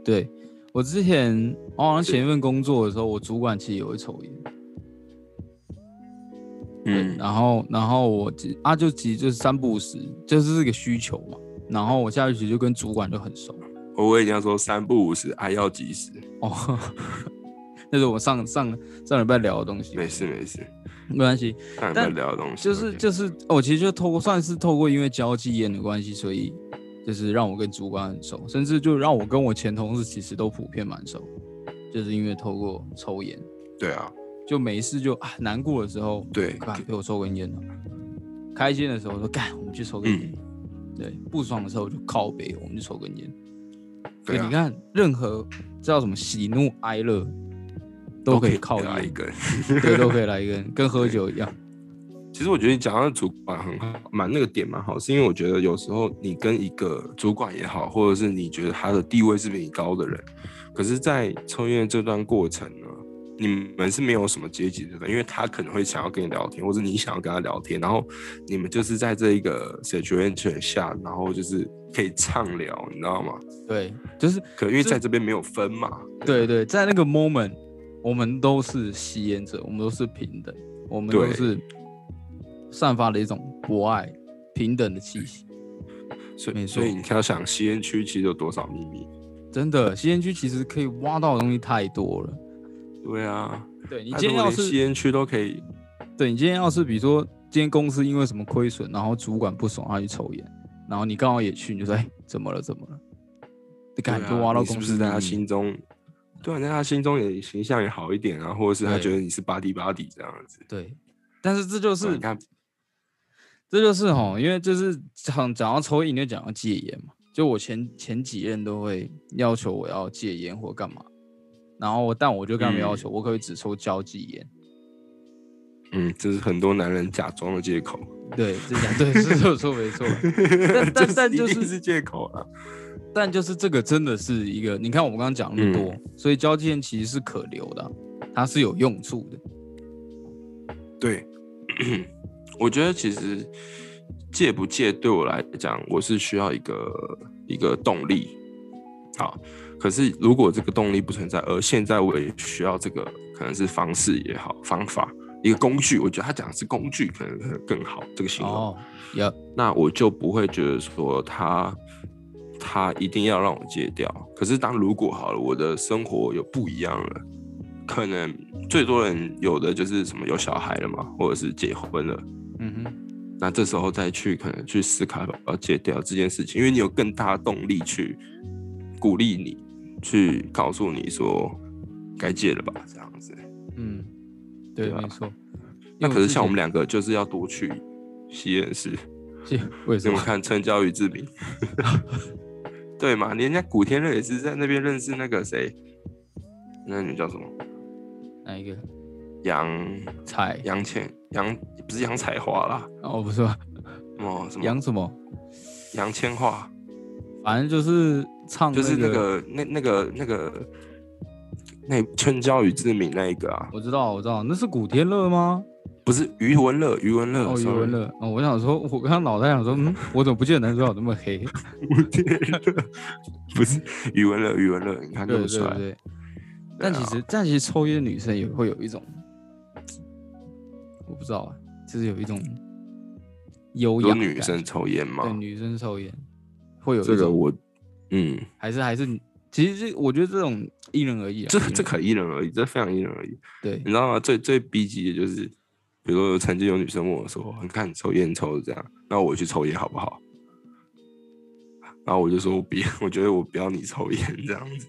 [SPEAKER 2] 对我之前我好像前一份工作的时候，我主管其实也会抽烟，对，
[SPEAKER 3] 嗯
[SPEAKER 2] 然后然后我只啊就其实就是三不五时，就是这个需求嘛，然后我下学期就跟主管就很熟
[SPEAKER 3] 我也定要说三不五时，爱要及时。
[SPEAKER 2] 哦， 那是我上上上礼拜聊的东西，
[SPEAKER 3] 没事没事，
[SPEAKER 2] 没关系，
[SPEAKER 3] 看你
[SPEAKER 2] 但
[SPEAKER 3] 们聊的东西。
[SPEAKER 2] 就是就是我其实就透过算是透过因为交际宴的关系，所以就是让我跟主管很熟，甚至就让我跟我前同事其实都普遍蛮熟，就是因为透过抽烟，
[SPEAKER 3] 对啊，
[SPEAKER 2] 就没事就啊难过的时候，
[SPEAKER 3] 对
[SPEAKER 2] 干陪我抽根烟呢、啊开心的时候说干我们去抽根
[SPEAKER 3] 嗯
[SPEAKER 2] 烟，对，不爽的时候就靠北，我们去抽根烟。所
[SPEAKER 3] 对
[SPEAKER 2] 以
[SPEAKER 3] 啊
[SPEAKER 2] 你，看任何叫什么喜怒哀乐都
[SPEAKER 3] 都
[SPEAKER 2] 可以
[SPEAKER 3] 以
[SPEAKER 2] 靠
[SPEAKER 3] 聊一
[SPEAKER 2] 烟，
[SPEAKER 3] 根。
[SPEAKER 2] 对，都可以来一根，跟喝酒一样。
[SPEAKER 3] 其实我觉得你讲到主管很好，蛮那个点蛮好，是因为我觉得有时候你跟一个主管也好，或者是你觉得他的地位是比你高的人，可是，在抽烟这段过程呢，你们是没有什么阶级的，因为他可能会想要跟你聊天，或者你想要跟他聊天，然后你们就是在这一个 situation 下，然后就是可以畅聊，你知道吗？
[SPEAKER 2] 对，就是
[SPEAKER 3] 可因为
[SPEAKER 2] 这
[SPEAKER 3] 在这边没有分嘛，
[SPEAKER 2] 对对，在那个 moment，我们都是吸烟者，我们都是平等，我们都
[SPEAKER 3] 对
[SPEAKER 2] 是散发了一种博爱、平等的气息。
[SPEAKER 3] 所
[SPEAKER 2] 没
[SPEAKER 3] 以
[SPEAKER 2] 错
[SPEAKER 3] 所以你要想吸烟区其实有多少秘密？
[SPEAKER 2] 真的，吸烟区其实可以挖到的东西太多了。
[SPEAKER 3] 对啊，
[SPEAKER 2] 对你
[SPEAKER 3] 他
[SPEAKER 2] 今
[SPEAKER 3] 如
[SPEAKER 2] 天
[SPEAKER 3] 果
[SPEAKER 2] 要
[SPEAKER 3] 连吸
[SPEAKER 2] 是，
[SPEAKER 3] 烟区都可以，
[SPEAKER 2] 对你今天要是，比如说今天公司因为什么亏损，然后主管不爽，他去抽烟，然后你刚好也去，你就说，哎，怎么了？怎么了？你感
[SPEAKER 3] 对
[SPEAKER 2] 觉
[SPEAKER 3] 啊
[SPEAKER 2] 挖到
[SPEAKER 3] 你
[SPEAKER 2] 公
[SPEAKER 3] 是
[SPEAKER 2] 司
[SPEAKER 3] 不是在
[SPEAKER 2] 秘
[SPEAKER 3] 他
[SPEAKER 2] 密
[SPEAKER 3] 心中，对啊，在他心中也形象也好一点啊，或者是他
[SPEAKER 2] 对
[SPEAKER 3] 觉得你是巴迪巴迪这样子，
[SPEAKER 2] 对，但是这就是
[SPEAKER 3] 对你看，
[SPEAKER 2] 这就是吼，因为就是讲讲到抽烟，你就讲到戒烟嘛。就我前前几任都会要求我要戒烟或干嘛，然后但我就跟他们要求，我可不可以只抽交际烟。
[SPEAKER 3] 嗯，这是很多男人假装的借口，
[SPEAKER 2] 对，这讲 对，是这么说没错。但但
[SPEAKER 3] 这
[SPEAKER 2] 但
[SPEAKER 3] 一
[SPEAKER 2] 就
[SPEAKER 3] 定
[SPEAKER 2] 是
[SPEAKER 3] 是借口啊，
[SPEAKER 2] 但就是这个真的是一个，你看我们刚刚讲那么多，
[SPEAKER 3] 嗯
[SPEAKER 2] 所以交际烟其实是可留的啊、它是有用处的。
[SPEAKER 3] 对， 我觉得其实戒不戒对我来讲，我是需要一个一个动力，好。可是，如果这个动力不存在，而现在我也需要这个，可能是方式也好，方法一个工具，我觉得他讲的是工具，可能可能更好这个形容。
[SPEAKER 2] 哦，也
[SPEAKER 3] 那我就不会觉得说他他一定要让我戒掉。可是当如果好了，我的生活有不一样了，可能最多人有的就是什么有小孩了嘛，或者是结婚了，
[SPEAKER 2] 嗯哼，
[SPEAKER 3] 那这时候再去可能去思考要不要戒掉这件事情，因为你有更大的动力去鼓励你，去告诉你说该戒了吧，这样子。
[SPEAKER 2] 嗯，对，
[SPEAKER 3] 对啊
[SPEAKER 2] 没错。因为
[SPEAKER 3] 那可是
[SPEAKER 2] 之
[SPEAKER 3] 像我
[SPEAKER 2] 前
[SPEAKER 3] 们两个就是要多去吸烟室。
[SPEAKER 2] 戒，为什
[SPEAKER 3] 你
[SPEAKER 2] 么
[SPEAKER 3] 们？看《春娇与志明》， 对嘛？人家古天乐也是在那边认识那个谁，那女叫什么？
[SPEAKER 2] 哪一个
[SPEAKER 3] 杨
[SPEAKER 2] 菜？
[SPEAKER 3] 杨倩杨不是杨彩华啦，
[SPEAKER 2] 哦，不是吧？
[SPEAKER 3] 哦什么
[SPEAKER 2] 养什么？
[SPEAKER 3] 杨千嬅，
[SPEAKER 2] 反正就是唱、
[SPEAKER 3] 就是那个那那个那个那《春娇与志明》那一个啊，
[SPEAKER 2] 我知道，我知道，那是古天乐吗？
[SPEAKER 3] 不是余文乐，余文乐，
[SPEAKER 2] 哦，余
[SPEAKER 3] sorry
[SPEAKER 2] 文，乐。哦，我想说，我刚刚脑袋想说，嗯，我怎么不记得男主角有那么黑？
[SPEAKER 3] 古天乐，不是余文乐，余文乐，你 看那
[SPEAKER 2] 对
[SPEAKER 3] 么
[SPEAKER 2] 对
[SPEAKER 3] 帅啊
[SPEAKER 2] 对，对。但其实，但其实抽烟女生也会有一种，我不知道啊，就是有一种优
[SPEAKER 3] 有
[SPEAKER 2] 雅。
[SPEAKER 3] 女生，抽烟嘛
[SPEAKER 2] 对，女生抽烟会有一
[SPEAKER 3] 这
[SPEAKER 2] 种，
[SPEAKER 3] 个我，嗯，
[SPEAKER 2] 还是还是其实这我觉得这种因人而异啊，
[SPEAKER 3] 这
[SPEAKER 2] 因人
[SPEAKER 3] 这
[SPEAKER 2] 而
[SPEAKER 3] 可因人而异，这非常因人而异。
[SPEAKER 2] 异对
[SPEAKER 3] 你知道吗？最最逼急的就是，比如说曾经有女生问我说：“你看你抽烟抽的这样，那我去抽烟好不好？”然后我就说：“我别，我觉得我不要你抽烟这样子，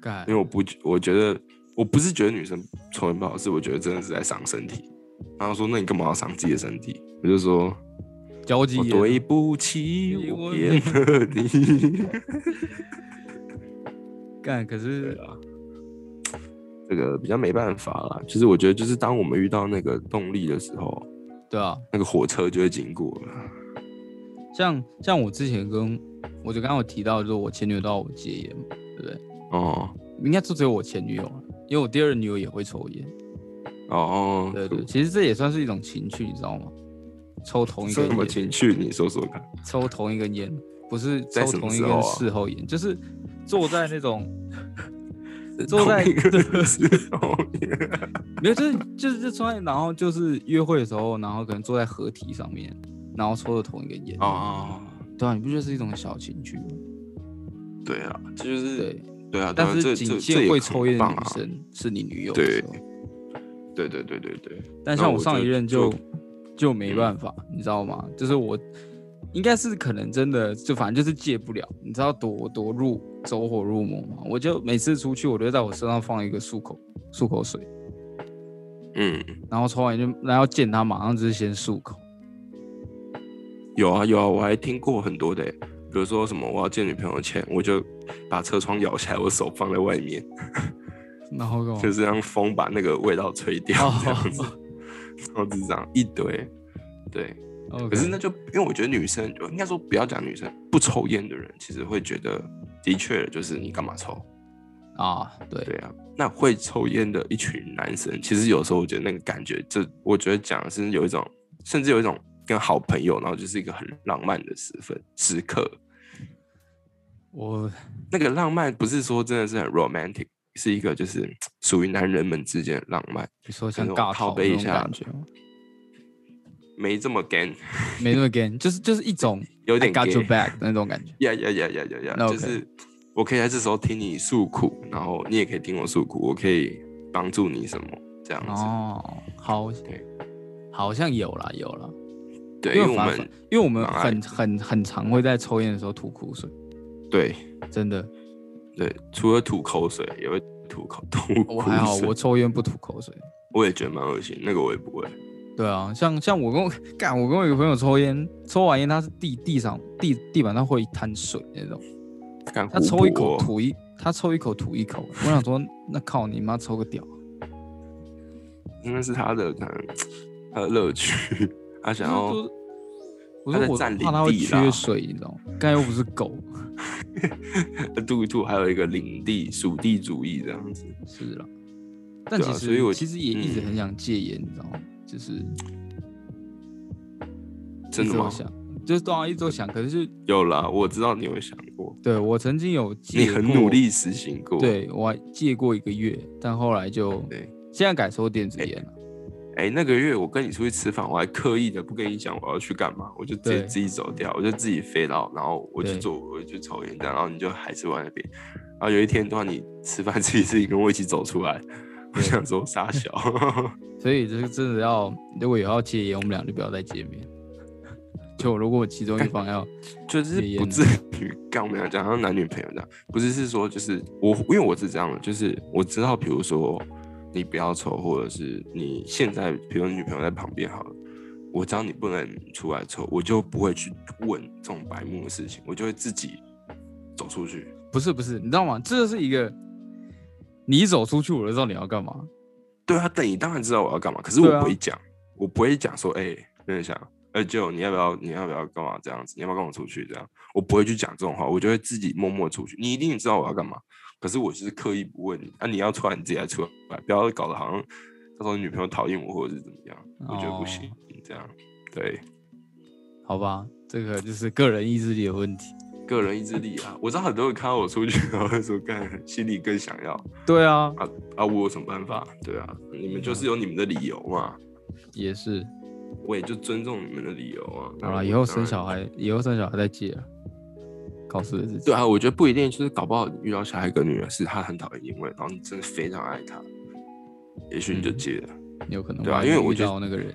[SPEAKER 2] 干
[SPEAKER 3] 因为我不觉，我觉得我不是觉得女生抽烟不好，是我觉得真的是在伤身体。”然后说：“那你干嘛要伤自己的身体？”我就说
[SPEAKER 2] 交：“际
[SPEAKER 3] 我
[SPEAKER 2] 也
[SPEAKER 3] 对不起，
[SPEAKER 2] 你
[SPEAKER 3] 我
[SPEAKER 2] 我
[SPEAKER 3] 骗了你。
[SPEAKER 2] 干，可”
[SPEAKER 3] 对
[SPEAKER 2] 是
[SPEAKER 3] 啊， 这个比较没办法啦。就是我觉得，就是当我们遇到那个动力的时候，
[SPEAKER 2] 对啊，
[SPEAKER 3] 那个火车就会经过了。
[SPEAKER 2] 像像我之前跟我就刚刚有提到，就是我前女友都要我戒烟嘛，对不对？
[SPEAKER 3] 哦
[SPEAKER 2] 应该就只有我前女友了，因为我第二女友也会抽烟。
[SPEAKER 3] 哦，
[SPEAKER 2] 对对，其实这也算是一种情趣，你知道吗？抽同一
[SPEAKER 3] 什
[SPEAKER 2] 根
[SPEAKER 3] 么
[SPEAKER 2] 烟，
[SPEAKER 3] 情趣？你说说看。
[SPEAKER 2] 抽同一根烟，不是
[SPEAKER 3] 在
[SPEAKER 2] 抽
[SPEAKER 3] 什么
[SPEAKER 2] 同一
[SPEAKER 3] 时
[SPEAKER 2] 根
[SPEAKER 3] 候啊
[SPEAKER 2] 事后烟，就是坐在那种坐在
[SPEAKER 3] 同一个时候
[SPEAKER 2] 没有，就是就是就坐在，然后就是约会的时候，然后可能坐在合体上面，然后抽着同一根烟。
[SPEAKER 3] 哦，
[SPEAKER 2] 对啊，你不觉得是一种小情趣吗？
[SPEAKER 3] 对啊，这就是
[SPEAKER 2] 对，
[SPEAKER 3] 对啊，
[SPEAKER 2] 但
[SPEAKER 3] 当然
[SPEAKER 2] 是
[SPEAKER 3] 这这
[SPEAKER 2] 仅
[SPEAKER 3] 这
[SPEAKER 2] 限
[SPEAKER 3] 也
[SPEAKER 2] 会
[SPEAKER 3] 很
[SPEAKER 2] 抽烟的
[SPEAKER 3] 棒
[SPEAKER 2] 女
[SPEAKER 3] 啊
[SPEAKER 2] 生是你女友的
[SPEAKER 3] 对
[SPEAKER 2] 时候。
[SPEAKER 3] 对对对对对，
[SPEAKER 2] 但
[SPEAKER 3] 那
[SPEAKER 2] 像
[SPEAKER 3] 我
[SPEAKER 2] 我上
[SPEAKER 3] 就
[SPEAKER 2] 一任
[SPEAKER 3] 就嗯
[SPEAKER 2] 就就没办法，你知道吗？就是我应该是可能真的就反正就是戒不了，你知道多多入走火入魔嘛？我就每次出去，我都会在我身上放一个漱口漱口水，
[SPEAKER 3] 嗯，
[SPEAKER 2] 然后抽完就然后见他马上就是先漱口，
[SPEAKER 3] 有啊有啊，我还听过很多的欸，比如说什么我要见女朋友前，我就把车窗摇下来，我手放在外面，
[SPEAKER 2] 然后干嘛？
[SPEAKER 3] 就是让风把那个味道吹掉，
[SPEAKER 2] 哦
[SPEAKER 3] 这样 子，超智障一堆，对。
[SPEAKER 2] 哦，
[SPEAKER 3] 可是那就因为我觉得女生，应该说不要讲女生，不抽烟的人其实会觉得，的确就是你干嘛抽？
[SPEAKER 2] 啊，对
[SPEAKER 3] 对啊，那会抽烟的一群男生，其实有时候我觉得那个感觉，就我觉得讲的是有一种，甚至有一种跟好朋友，然后就是一个很浪漫的时分时刻。
[SPEAKER 2] 我
[SPEAKER 3] 那个浪漫不是说真的是很 romantic，是一个就是嘖属于男人们之间的浪漫，
[SPEAKER 2] 你说像
[SPEAKER 3] 那种
[SPEAKER 2] 尬
[SPEAKER 3] 靠
[SPEAKER 2] 套
[SPEAKER 3] 背
[SPEAKER 2] 那
[SPEAKER 3] 一
[SPEAKER 2] 种
[SPEAKER 3] 下
[SPEAKER 2] 感觉吗？
[SPEAKER 3] 没这么 gay，
[SPEAKER 2] 没那么 gay，就是就是一种
[SPEAKER 3] 有
[SPEAKER 2] I
[SPEAKER 3] 点
[SPEAKER 2] got you
[SPEAKER 3] gay
[SPEAKER 2] back 的那种 感觉。
[SPEAKER 3] 呀呀呀呀呀呀，
[SPEAKER 2] 那
[SPEAKER 3] 就
[SPEAKER 2] OK
[SPEAKER 3] 是我可以在这时候听你诉苦，然后你也可以听我诉苦，我可以帮助你什么这样子。
[SPEAKER 2] 哦，好
[SPEAKER 3] 对，
[SPEAKER 2] 好像有啦有啦。
[SPEAKER 3] 对，
[SPEAKER 2] 因
[SPEAKER 3] 因
[SPEAKER 2] 为
[SPEAKER 3] 为我
[SPEAKER 2] 反反
[SPEAKER 3] 们
[SPEAKER 2] 因为我们
[SPEAKER 3] 蛮爱
[SPEAKER 2] 很很很常会在抽烟的时候吐苦水，
[SPEAKER 3] 对
[SPEAKER 2] 真的。
[SPEAKER 3] 对，除了吐口水，也会吐口吐
[SPEAKER 2] 我
[SPEAKER 3] 苦
[SPEAKER 2] 还好，
[SPEAKER 3] 水
[SPEAKER 2] 我抽烟不吐口水。
[SPEAKER 3] 我也觉得蛮恶心，那个我也不会。
[SPEAKER 2] 对啊，像像我跟我 干，我跟我有个朋友抽烟，抽完烟他是地地上地地板上会一滩水那种，
[SPEAKER 3] 干
[SPEAKER 2] 他
[SPEAKER 3] 胡
[SPEAKER 2] 抽一
[SPEAKER 3] 博
[SPEAKER 2] 口吐一，他抽一口吐一口。我想说，那靠你妈抽个 屌！
[SPEAKER 3] 那是他的可能他的乐趣，他想要
[SPEAKER 2] 就是我
[SPEAKER 3] 他在
[SPEAKER 2] 说我
[SPEAKER 3] 占领
[SPEAKER 2] 怕他会
[SPEAKER 3] 地啦
[SPEAKER 2] 缺水，你知道吗？刚才又不是狗，
[SPEAKER 3] 吐一吐，还有一个领地属地主义这样子。
[SPEAKER 2] 是啦。但
[SPEAKER 3] 对
[SPEAKER 2] 其
[SPEAKER 3] 啊
[SPEAKER 2] 实、
[SPEAKER 3] 所以我
[SPEAKER 2] 其实也一直
[SPEAKER 3] 嗯
[SPEAKER 2] 很想戒烟，你知道吗？就是
[SPEAKER 3] 真
[SPEAKER 2] 一
[SPEAKER 3] 的
[SPEAKER 2] 直有
[SPEAKER 3] 吗？
[SPEAKER 2] 想，就是当然一直有想，可是就
[SPEAKER 3] 有啦，我知道你有想过，
[SPEAKER 2] 对我曾经有戒
[SPEAKER 3] 你很努
[SPEAKER 2] 过，
[SPEAKER 3] 力实行过。
[SPEAKER 2] 对我还戒过一个月，但后来就
[SPEAKER 3] 对，
[SPEAKER 2] 现在改抽电子烟了。
[SPEAKER 3] 哎、那个月我跟你出去吃饭，我还刻意的不跟你讲我要去干嘛，我就直接
[SPEAKER 2] 对
[SPEAKER 3] 自己走掉，我就自己飞到，然后我去
[SPEAKER 2] 对
[SPEAKER 3] 做，我就去抽烟这样，然后你就还是玩那边。然后有一天的话，你吃饭自己自己跟我一起走出来，我
[SPEAKER 2] 对
[SPEAKER 3] 想说傻小，
[SPEAKER 2] 所以这个真的要，如果有要戒烟，我们俩就不要再见面。 就如果我其中一方要，
[SPEAKER 3] 就是
[SPEAKER 2] 戒烟
[SPEAKER 3] 不
[SPEAKER 2] 呢
[SPEAKER 3] 至于干我们俩讲像男女朋友这样，不是是说就是我，因为我是这样的，就是我知道，比如说你不要抽，或者是你现在，比如女朋友在旁边好了，我知道你不能出来抽，我就不会去问这种白目的事情，我就会自己走出去。
[SPEAKER 2] 不是不是，你知道吗？这就是一个，你一走出去，我就知道你要干嘛。
[SPEAKER 3] 对啊，但你当然知道我要干嘛，可是
[SPEAKER 2] 对
[SPEAKER 3] 我
[SPEAKER 2] 啊
[SPEAKER 3] 不会讲，我不会讲说，哎、认真想，哎、舅，你要不要，你要不要干嘛这样子？你要不要跟我出去这样？我不会去讲这种话，我就会自己默默出去。你一定知道我要干嘛，可是我就是刻意不问你，啊，你要出来你自己来出来，不要搞得好像到时候你女朋友讨厌我或者是怎么样，我觉得不行，
[SPEAKER 2] 哦
[SPEAKER 3] 这样对。
[SPEAKER 2] 好吧，这个就是个人意志力的问题。
[SPEAKER 3] 个人意志力啊，我知道很多人看到我出去，然后就说干，心里更想要
[SPEAKER 2] 对啊，
[SPEAKER 3] 啊，我有什么办法？对啊，你们
[SPEAKER 2] 嗯
[SPEAKER 3] 就是有你们的理由嘛，
[SPEAKER 2] 也是。
[SPEAKER 3] 我也就尊重你们的理由啊。
[SPEAKER 2] 好
[SPEAKER 3] 那我
[SPEAKER 2] 了，以后
[SPEAKER 3] 当
[SPEAKER 2] 生
[SPEAKER 3] 然
[SPEAKER 2] 小孩，以后生小孩再戒了。告诉的自己。
[SPEAKER 3] 对啊，我觉得不一定，就是搞不好你遇到下一个女人是她很讨厌英文，然后你真的非常爱她，也许你就
[SPEAKER 2] 嗯
[SPEAKER 3] 戒了。
[SPEAKER 2] 有可能
[SPEAKER 3] 对啊
[SPEAKER 2] 吧，
[SPEAKER 3] 因为我
[SPEAKER 2] 遇
[SPEAKER 3] 觉得
[SPEAKER 2] 到那个人，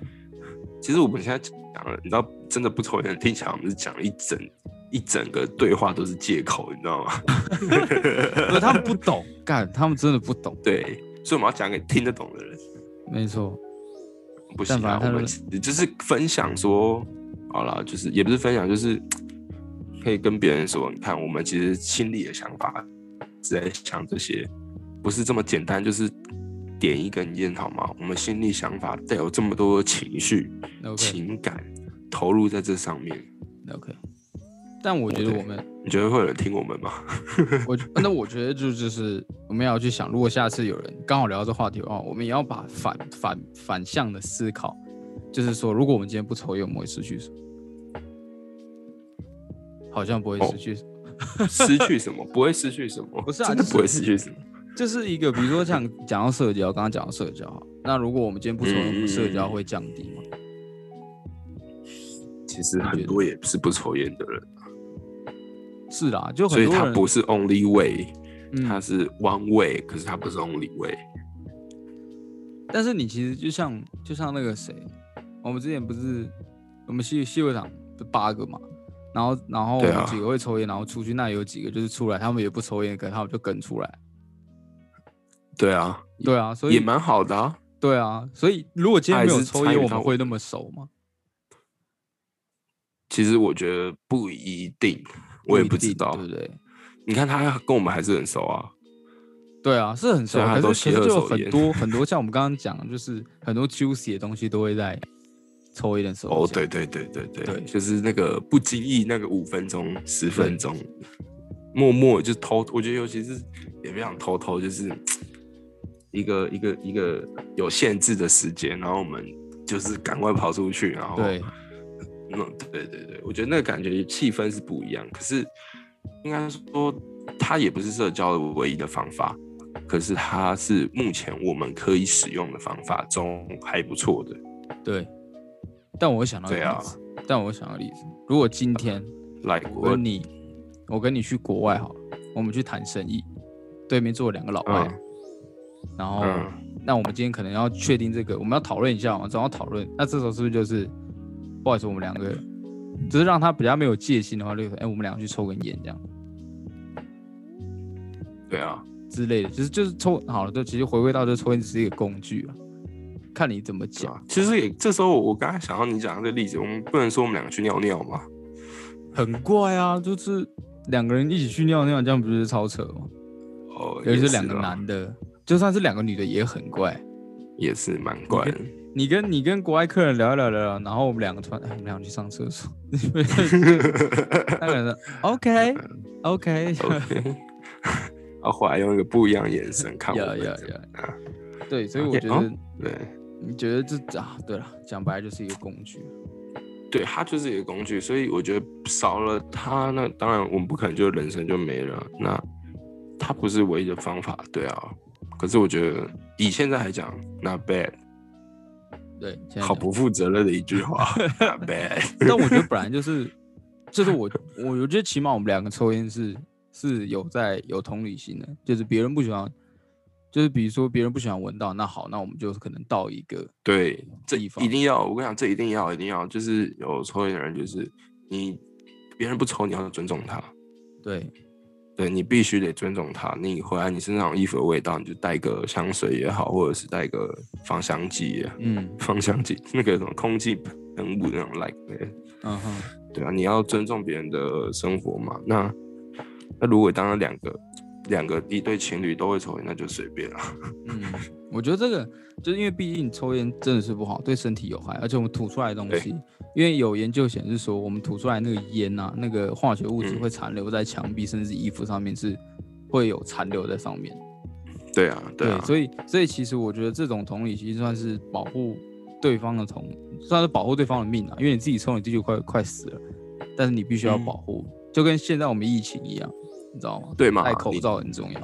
[SPEAKER 3] 其实我们现在讲了，你知道，真的不抽烟，听起来我们是讲了一整一整个对话都是借口，你知道吗？
[SPEAKER 2] 不是他们不懂，干，他们真的不懂，
[SPEAKER 3] 对，所以我们要讲给听得懂的人。
[SPEAKER 2] 没错，
[SPEAKER 3] 不行
[SPEAKER 2] 但
[SPEAKER 3] 啊
[SPEAKER 2] 凡，他
[SPEAKER 3] 我们
[SPEAKER 2] 们
[SPEAKER 3] 其实就是分享说，好了，就是也不是分享，就是可以跟别人说，你看我们其实心里的想法是在想这些，不是这么简单，就是点一根烟好吗？我们心里想法带有这么多情绪、
[SPEAKER 2] ，OK
[SPEAKER 3] 情感投入在这上面，
[SPEAKER 2] OK。但我觉得
[SPEAKER 3] 对
[SPEAKER 2] 我们，
[SPEAKER 3] 你觉得会有人听我们吗？
[SPEAKER 2] 我那我觉得就就是我们要去想，如果下次有人刚好聊到这话题的话，我们也要把反反反向的思考，就是说，如果我们今天不抽烟，我们会失去什么？好像不会
[SPEAKER 3] 哦
[SPEAKER 2] 失去什么。
[SPEAKER 3] 失去什么？不会失去什 么？
[SPEAKER 2] 不是啊
[SPEAKER 3] 真的
[SPEAKER 2] 就是
[SPEAKER 3] 不会失去什么。
[SPEAKER 2] 就是一个，比如说像讲到社交，刚刚讲到社交，那如果我们今天不抽烟，我们社
[SPEAKER 3] 嗯
[SPEAKER 2] 交会降低吗？
[SPEAKER 3] 其实很多也是不抽烟的人，
[SPEAKER 2] 是啦，就
[SPEAKER 3] 所
[SPEAKER 2] 很
[SPEAKER 3] 以
[SPEAKER 2] 多
[SPEAKER 3] 他
[SPEAKER 2] 人
[SPEAKER 3] 不是 only way，他
[SPEAKER 2] 嗯，
[SPEAKER 3] 是 one way，可是他不是 only way。
[SPEAKER 2] 但是你其实就像就像那个谁，我们之前不是我们系系会长不八个嘛，然后然后我
[SPEAKER 3] 对啊
[SPEAKER 2] 们几个会抽烟，然后出去那有几个就是出来，他们也不抽烟，可能他们就跟出来。
[SPEAKER 3] 对啊，
[SPEAKER 2] 对啊，所
[SPEAKER 3] 也
[SPEAKER 2] 以
[SPEAKER 3] 蛮好的啊。
[SPEAKER 2] 对啊，所以如果今天
[SPEAKER 3] 他也
[SPEAKER 2] 没有
[SPEAKER 3] 是
[SPEAKER 2] 抽
[SPEAKER 3] 参
[SPEAKER 2] 烟，
[SPEAKER 3] 与
[SPEAKER 2] 我
[SPEAKER 3] 到
[SPEAKER 2] 们
[SPEAKER 3] 我
[SPEAKER 2] 会
[SPEAKER 3] 们
[SPEAKER 2] 那么熟吗？
[SPEAKER 3] 其实我觉得不一定，
[SPEAKER 2] 不
[SPEAKER 3] 我也
[SPEAKER 2] 一
[SPEAKER 3] 不知
[SPEAKER 2] 定
[SPEAKER 3] 道
[SPEAKER 2] 对。不对？
[SPEAKER 3] 你看他跟我们还是很熟啊，
[SPEAKER 2] 对啊，是很熟，
[SPEAKER 3] 虽然它
[SPEAKER 2] 可
[SPEAKER 3] 都
[SPEAKER 2] 是
[SPEAKER 3] 吸
[SPEAKER 2] 可是
[SPEAKER 3] 二
[SPEAKER 2] 就有
[SPEAKER 3] 手
[SPEAKER 2] 很
[SPEAKER 3] 烟
[SPEAKER 2] 多很多像我们刚刚讲的，就是很多 juicy 的东西都会在抽烟的时候
[SPEAKER 3] 哦，
[SPEAKER 2] 讲
[SPEAKER 3] 对对对对对，
[SPEAKER 2] 对
[SPEAKER 3] 就是那个不经意那个五分钟、十分钟，默默就偷，我觉得尤其是也不想偷偷，就是一个一个一个有限制的时间，然后我们就是赶快跑出去，然后
[SPEAKER 2] 对，
[SPEAKER 3] 嗯，对对对，我觉得那个感觉气氛是不一样。可是应该说，它也不是社交的唯一的方法，可是它是目前我们可以使用的方法中还不错的。
[SPEAKER 2] 对，但我会想到一个
[SPEAKER 3] 对啊
[SPEAKER 2] 例子，但我会想到一个例子，如果今天
[SPEAKER 3] 来，
[SPEAKER 2] 我
[SPEAKER 3] 我
[SPEAKER 2] 跟你，我跟你去国外好了，我们去谈生意，对面坐了两个老外，
[SPEAKER 3] 嗯
[SPEAKER 2] 然后、
[SPEAKER 3] 嗯
[SPEAKER 2] 那我们今天可能要确定这个，我们要讨论一下嘛，总要讨论，那这时候是不是就是不好意思，我们两个只是让他比较没有戒心的话，就是哎、我们两个去抽根烟这样。
[SPEAKER 3] 对啊，
[SPEAKER 2] 之类的，就是就是抽好了，就其实回归到这抽烟只是一个工具啊，看你怎么
[SPEAKER 3] 对
[SPEAKER 2] 讲。
[SPEAKER 3] 啊。其实也这时候我刚才想到你讲的这个例子，我们不能说我们两个去尿尿嘛，
[SPEAKER 2] 很怪啊，就是两个人一起去尿尿，这样不是超扯吗？
[SPEAKER 3] 哦，
[SPEAKER 2] 尤其
[SPEAKER 3] 也
[SPEAKER 2] 是两个
[SPEAKER 3] 啦，
[SPEAKER 2] 男的，就算是两个女的也很怪。
[SPEAKER 3] 也是蛮怪的。
[SPEAKER 2] 你跟你跟国外客人聊一聊聊一聊，然后我们两个突然，哎，我们两个去上厕 所，那个人说 OK OK，
[SPEAKER 3] OK，然后啊后来用一个不一样的眼神看我
[SPEAKER 2] 呀
[SPEAKER 3] 们
[SPEAKER 2] 呀
[SPEAKER 3] 这样，
[SPEAKER 2] 呀，对，所以我
[SPEAKER 3] OK，
[SPEAKER 2] 觉
[SPEAKER 3] 哦
[SPEAKER 2] 得
[SPEAKER 3] 对。
[SPEAKER 2] 你觉得这啊，对了，讲白了就是一个工具，
[SPEAKER 3] 对，它就是一个工具，所以我觉得少了它，那当然我们不可能就人生就没了。那它不是唯一的方法，对啊。可是我觉得以现在来讲，not bad，
[SPEAKER 2] 对，现在
[SPEAKER 3] 好
[SPEAKER 2] 讲
[SPEAKER 3] 不负责任的一句 话，not bad。
[SPEAKER 2] 但我觉得本来就是，就是我我我觉得起码我们两个抽烟是是有在有同理心的，就是别人不喜欢，就是比如说别人不喜欢闻到，那好，那我们就可能到一个
[SPEAKER 3] 对，这
[SPEAKER 2] 地
[SPEAKER 3] 一
[SPEAKER 2] 方
[SPEAKER 3] 定要，我跟你讲，这一定要，一定要，就是有抽烟的人，就是你别人不抽，你要尊重他，
[SPEAKER 2] 对
[SPEAKER 3] 对你必须得尊重他。你回来你身上有衣服的味道，你就带个香水也好，或者是带个芳香剂也好
[SPEAKER 2] 嗯
[SPEAKER 3] 芳香剂， 那个什么空气喷雾那种 like，的
[SPEAKER 2] 嗯哼
[SPEAKER 3] 对啊，你要尊重别人的生活嘛。那那如果当然两个两个一对情侣都会抽烟，那就随便啊啦。
[SPEAKER 2] 嗯， 我觉得这个就是因为毕竟抽烟真的是不好，对身体有害，而且我们吐出来的东
[SPEAKER 3] 对
[SPEAKER 2] 西，因为有研究显示说我们吐出来那个烟呐、那个化学物质
[SPEAKER 3] 嗯
[SPEAKER 2] 会残留在墙壁甚至衣服上面是会有残留在上面。
[SPEAKER 3] 对啊，
[SPEAKER 2] 对
[SPEAKER 3] 啊，
[SPEAKER 2] 所以所以其实我觉得这种同理心算是保护对方的同，算是保护对方的命啊，因为你自己抽你自己就快快死了，但是你必须要
[SPEAKER 3] 嗯
[SPEAKER 2] 保护，就跟现在我们疫情一样，你知道吗？
[SPEAKER 3] 对嘛
[SPEAKER 2] 戴口
[SPEAKER 3] 你
[SPEAKER 2] 罩很重要。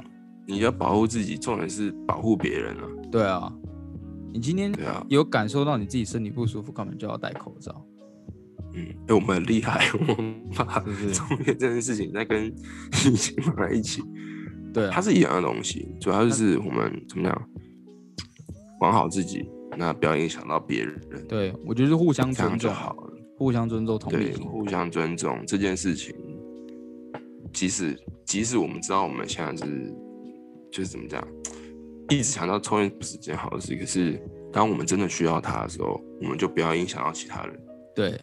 [SPEAKER 3] 你要保护自己，重点是保护别人啊。
[SPEAKER 2] 对啊，你今天
[SPEAKER 3] 对啊
[SPEAKER 2] 有感受到你自己身体不舒服，根本就要戴口罩。
[SPEAKER 3] 嗯，哎、我们很厉害， 我们把
[SPEAKER 2] 是不是
[SPEAKER 3] 中间这件事情再跟疫情放在一起，
[SPEAKER 2] 对
[SPEAKER 3] 它
[SPEAKER 2] 啊，
[SPEAKER 3] 是一样的东西，主要就是我们怎么样管好自己，那不要影响到别人，
[SPEAKER 2] 对我觉得是互相
[SPEAKER 3] 这样
[SPEAKER 2] 尊
[SPEAKER 3] 就
[SPEAKER 2] 重，
[SPEAKER 3] 好了。
[SPEAKER 2] 互相尊重，同理
[SPEAKER 3] 对，
[SPEAKER 2] 心。
[SPEAKER 3] 互相尊重这件事情，即使即使我们知道我们现在是就是怎么讲，一直强调抽烟不是件好事，可是当我们真的需要它的时候，我们就不要影响到其他人，
[SPEAKER 2] 对，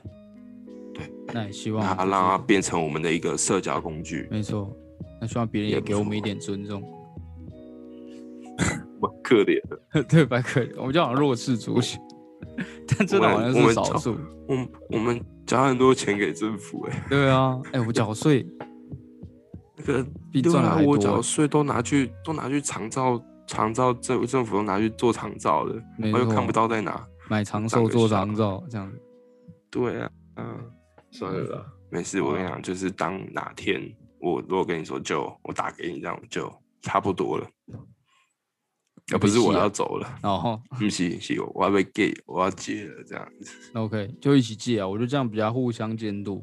[SPEAKER 3] 对，
[SPEAKER 2] 那也希望
[SPEAKER 3] 那它
[SPEAKER 2] 就是
[SPEAKER 3] 让它变成我们的一个社交工具。
[SPEAKER 2] 没错，那希望别人
[SPEAKER 3] 也
[SPEAKER 2] 也
[SPEAKER 3] 不
[SPEAKER 2] 给我们一
[SPEAKER 3] 错
[SPEAKER 2] 点尊重。
[SPEAKER 3] 蛮可怜的，
[SPEAKER 2] 对，白客，我们就好像弱势族群， 但真的
[SPEAKER 3] 我
[SPEAKER 2] 好
[SPEAKER 3] 们
[SPEAKER 2] 像
[SPEAKER 3] 我
[SPEAKER 2] 是
[SPEAKER 3] 们
[SPEAKER 2] 少
[SPEAKER 3] 找
[SPEAKER 2] 数。
[SPEAKER 3] 我们我们交很多钱给政府、哎，
[SPEAKER 2] 对啊，哎、我缴 税
[SPEAKER 3] 那个
[SPEAKER 2] 比
[SPEAKER 3] 对
[SPEAKER 2] 赚的
[SPEAKER 3] 啊，
[SPEAKER 2] 还
[SPEAKER 3] 我
[SPEAKER 2] 多
[SPEAKER 3] 缴的
[SPEAKER 2] 欸，
[SPEAKER 3] 税都拿去都拿去长照长照政政府都拿去做长照的，
[SPEAKER 2] 没
[SPEAKER 3] 我又看
[SPEAKER 2] 错
[SPEAKER 3] 不到在哪。
[SPEAKER 2] 买长
[SPEAKER 3] 长
[SPEAKER 2] 寿
[SPEAKER 3] 个
[SPEAKER 2] 做
[SPEAKER 3] 小
[SPEAKER 2] 长照这样子。
[SPEAKER 3] 对啊，嗯， 算了啦，没事。
[SPEAKER 2] 好
[SPEAKER 3] 我跟你
[SPEAKER 2] 啊
[SPEAKER 3] 讲，就是当哪天我如果跟你说就我打给你这样就差不多了，
[SPEAKER 2] 你
[SPEAKER 3] 啊，不
[SPEAKER 2] 被
[SPEAKER 3] 是我
[SPEAKER 2] 气啊
[SPEAKER 3] 要走了，
[SPEAKER 2] 然后
[SPEAKER 3] 不是是我我要被 gay，我要戒了这样子。
[SPEAKER 2] 那 OK，就一起借啊，我觉得这样比较互相监督。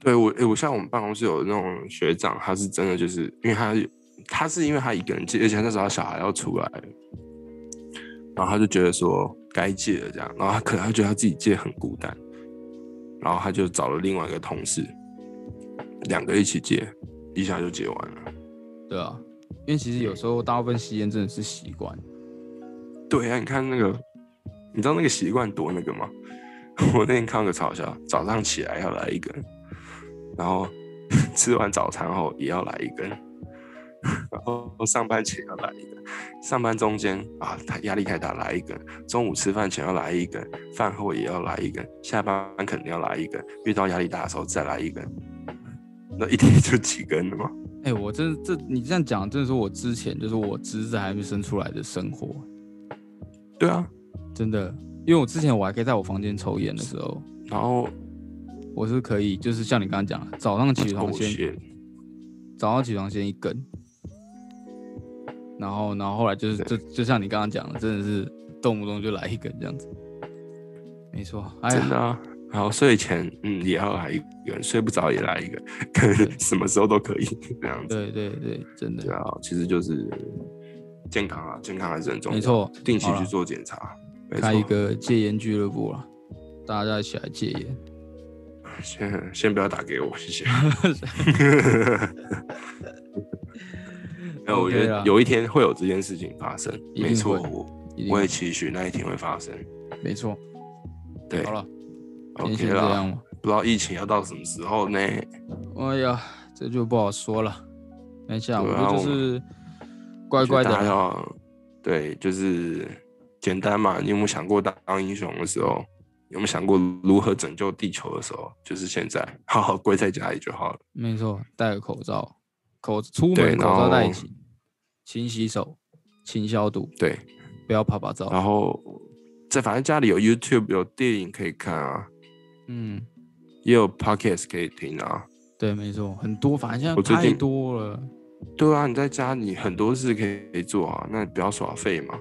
[SPEAKER 3] 对我，诶我像我们办公室有那种学长，他是真的就是因为他有他是因为他一个人戒，而且那时候他小孩要出来了，然后他就觉得说该戒了这样，然后他可能他觉得他自己戒很孤单，然后他就找了另外一个同事，两个一起戒，一下就戒完了。
[SPEAKER 2] 对啊，因为其实有时候大部分吸烟真的是习惯，
[SPEAKER 3] 对啊，你看那个，你知道那个习惯多那个吗？我那天看到个嘲笑，早上起来要来一根，然后 吃完早餐后也要来一根，然后上班前要来一根，上班中间啊，他压力太大来一根，中午吃饭前要来一根，饭后也要来一根，下班肯定要来一根，遇到压力大的时候再来一根，那一天就几根了吗？
[SPEAKER 2] 哎、我真的这你这样讲，真的是我之前就是我侄子还没生出来的生活，
[SPEAKER 3] 对啊，
[SPEAKER 2] 真的，因为我之前我还可以在我房间抽烟的时候，
[SPEAKER 3] 然后
[SPEAKER 2] 我是可以就是像你刚刚讲的，早上起
[SPEAKER 3] 我
[SPEAKER 2] 床先
[SPEAKER 3] 学
[SPEAKER 2] 早上起床先一根，然后然后后来就是就就像你刚刚讲的，真的是动不动就来一根这样子，没错，哎
[SPEAKER 3] 真的
[SPEAKER 2] 呀，
[SPEAKER 3] 啊。然后睡前，嗯，也要来一个，睡不着也来一个，可能什么时候都可以 这样子。
[SPEAKER 2] 对对对，真
[SPEAKER 3] 对
[SPEAKER 2] 的
[SPEAKER 3] 啊，其实就是健康啊，健康还是很重要。
[SPEAKER 2] 没错
[SPEAKER 3] 定期
[SPEAKER 2] 好
[SPEAKER 3] 去
[SPEAKER 2] 啦
[SPEAKER 3] 做检查。没
[SPEAKER 2] 开一
[SPEAKER 3] 错，
[SPEAKER 2] 个戒烟俱乐部啦，大家一起来戒烟，
[SPEAKER 3] 先先不要打给我，谢 谢。没有，我
[SPEAKER 2] OK
[SPEAKER 3] 觉得
[SPEAKER 2] 啦
[SPEAKER 3] 有一天会有这件事情发生，
[SPEAKER 2] 一
[SPEAKER 3] 没
[SPEAKER 2] 定
[SPEAKER 3] 错，
[SPEAKER 2] 会
[SPEAKER 3] 我
[SPEAKER 2] 一定
[SPEAKER 3] 我也
[SPEAKER 2] 会
[SPEAKER 3] 期许那一天会发生。
[SPEAKER 2] 没错，
[SPEAKER 3] 对
[SPEAKER 2] 好了，今天
[SPEAKER 3] ，OK
[SPEAKER 2] 先这样
[SPEAKER 3] 啦，
[SPEAKER 2] 吧，
[SPEAKER 3] 不知道疫情要到什么时候呢？
[SPEAKER 2] 哎呀，这就不好说了，没事啊，我
[SPEAKER 3] 对
[SPEAKER 2] 觉
[SPEAKER 3] 啊
[SPEAKER 2] 得就
[SPEAKER 3] 我们
[SPEAKER 2] 是乖
[SPEAKER 3] 所
[SPEAKER 2] 乖
[SPEAKER 3] 以
[SPEAKER 2] 的
[SPEAKER 3] 大
[SPEAKER 2] 啦，
[SPEAKER 3] 家要对，就是简单嘛。你有没有想过当英雄的时候，有没有想过如何拯救地球的时候？就是现在，好好跪在家里就好了。
[SPEAKER 2] 没错，戴个口罩，口出
[SPEAKER 3] 对
[SPEAKER 2] 门口
[SPEAKER 3] 然
[SPEAKER 2] 罩戴
[SPEAKER 3] 后
[SPEAKER 2] 起，勤洗手，勤消毒，
[SPEAKER 3] 对，
[SPEAKER 2] 不要啪啪照。
[SPEAKER 3] 然后在反正家里有 YouTube 有电影可以看啊，
[SPEAKER 2] 嗯，
[SPEAKER 3] 也有 Podcast 可以听啊。
[SPEAKER 2] 对，没错，很多，反正现
[SPEAKER 3] 我
[SPEAKER 2] 在
[SPEAKER 3] 最
[SPEAKER 2] 太
[SPEAKER 3] 近
[SPEAKER 2] 多了。
[SPEAKER 3] 对啊，你在家里很多事可以做啊，那不要耍废嘛，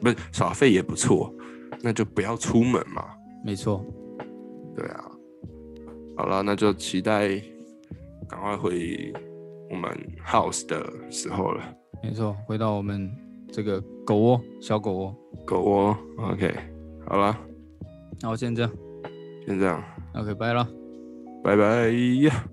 [SPEAKER 3] 不是耍废也不错，那就不要出门嘛。
[SPEAKER 2] 没错，
[SPEAKER 3] 对啊，好了，那就期待赶快回我们 house 的时候了。
[SPEAKER 2] 没错，回到我们这个狗窝，小狗窝。
[SPEAKER 3] 狗窝，OK，好了，
[SPEAKER 2] 那我先这样
[SPEAKER 3] 先这样，
[SPEAKER 2] ，OK，拜了。
[SPEAKER 3] 拜拜呀。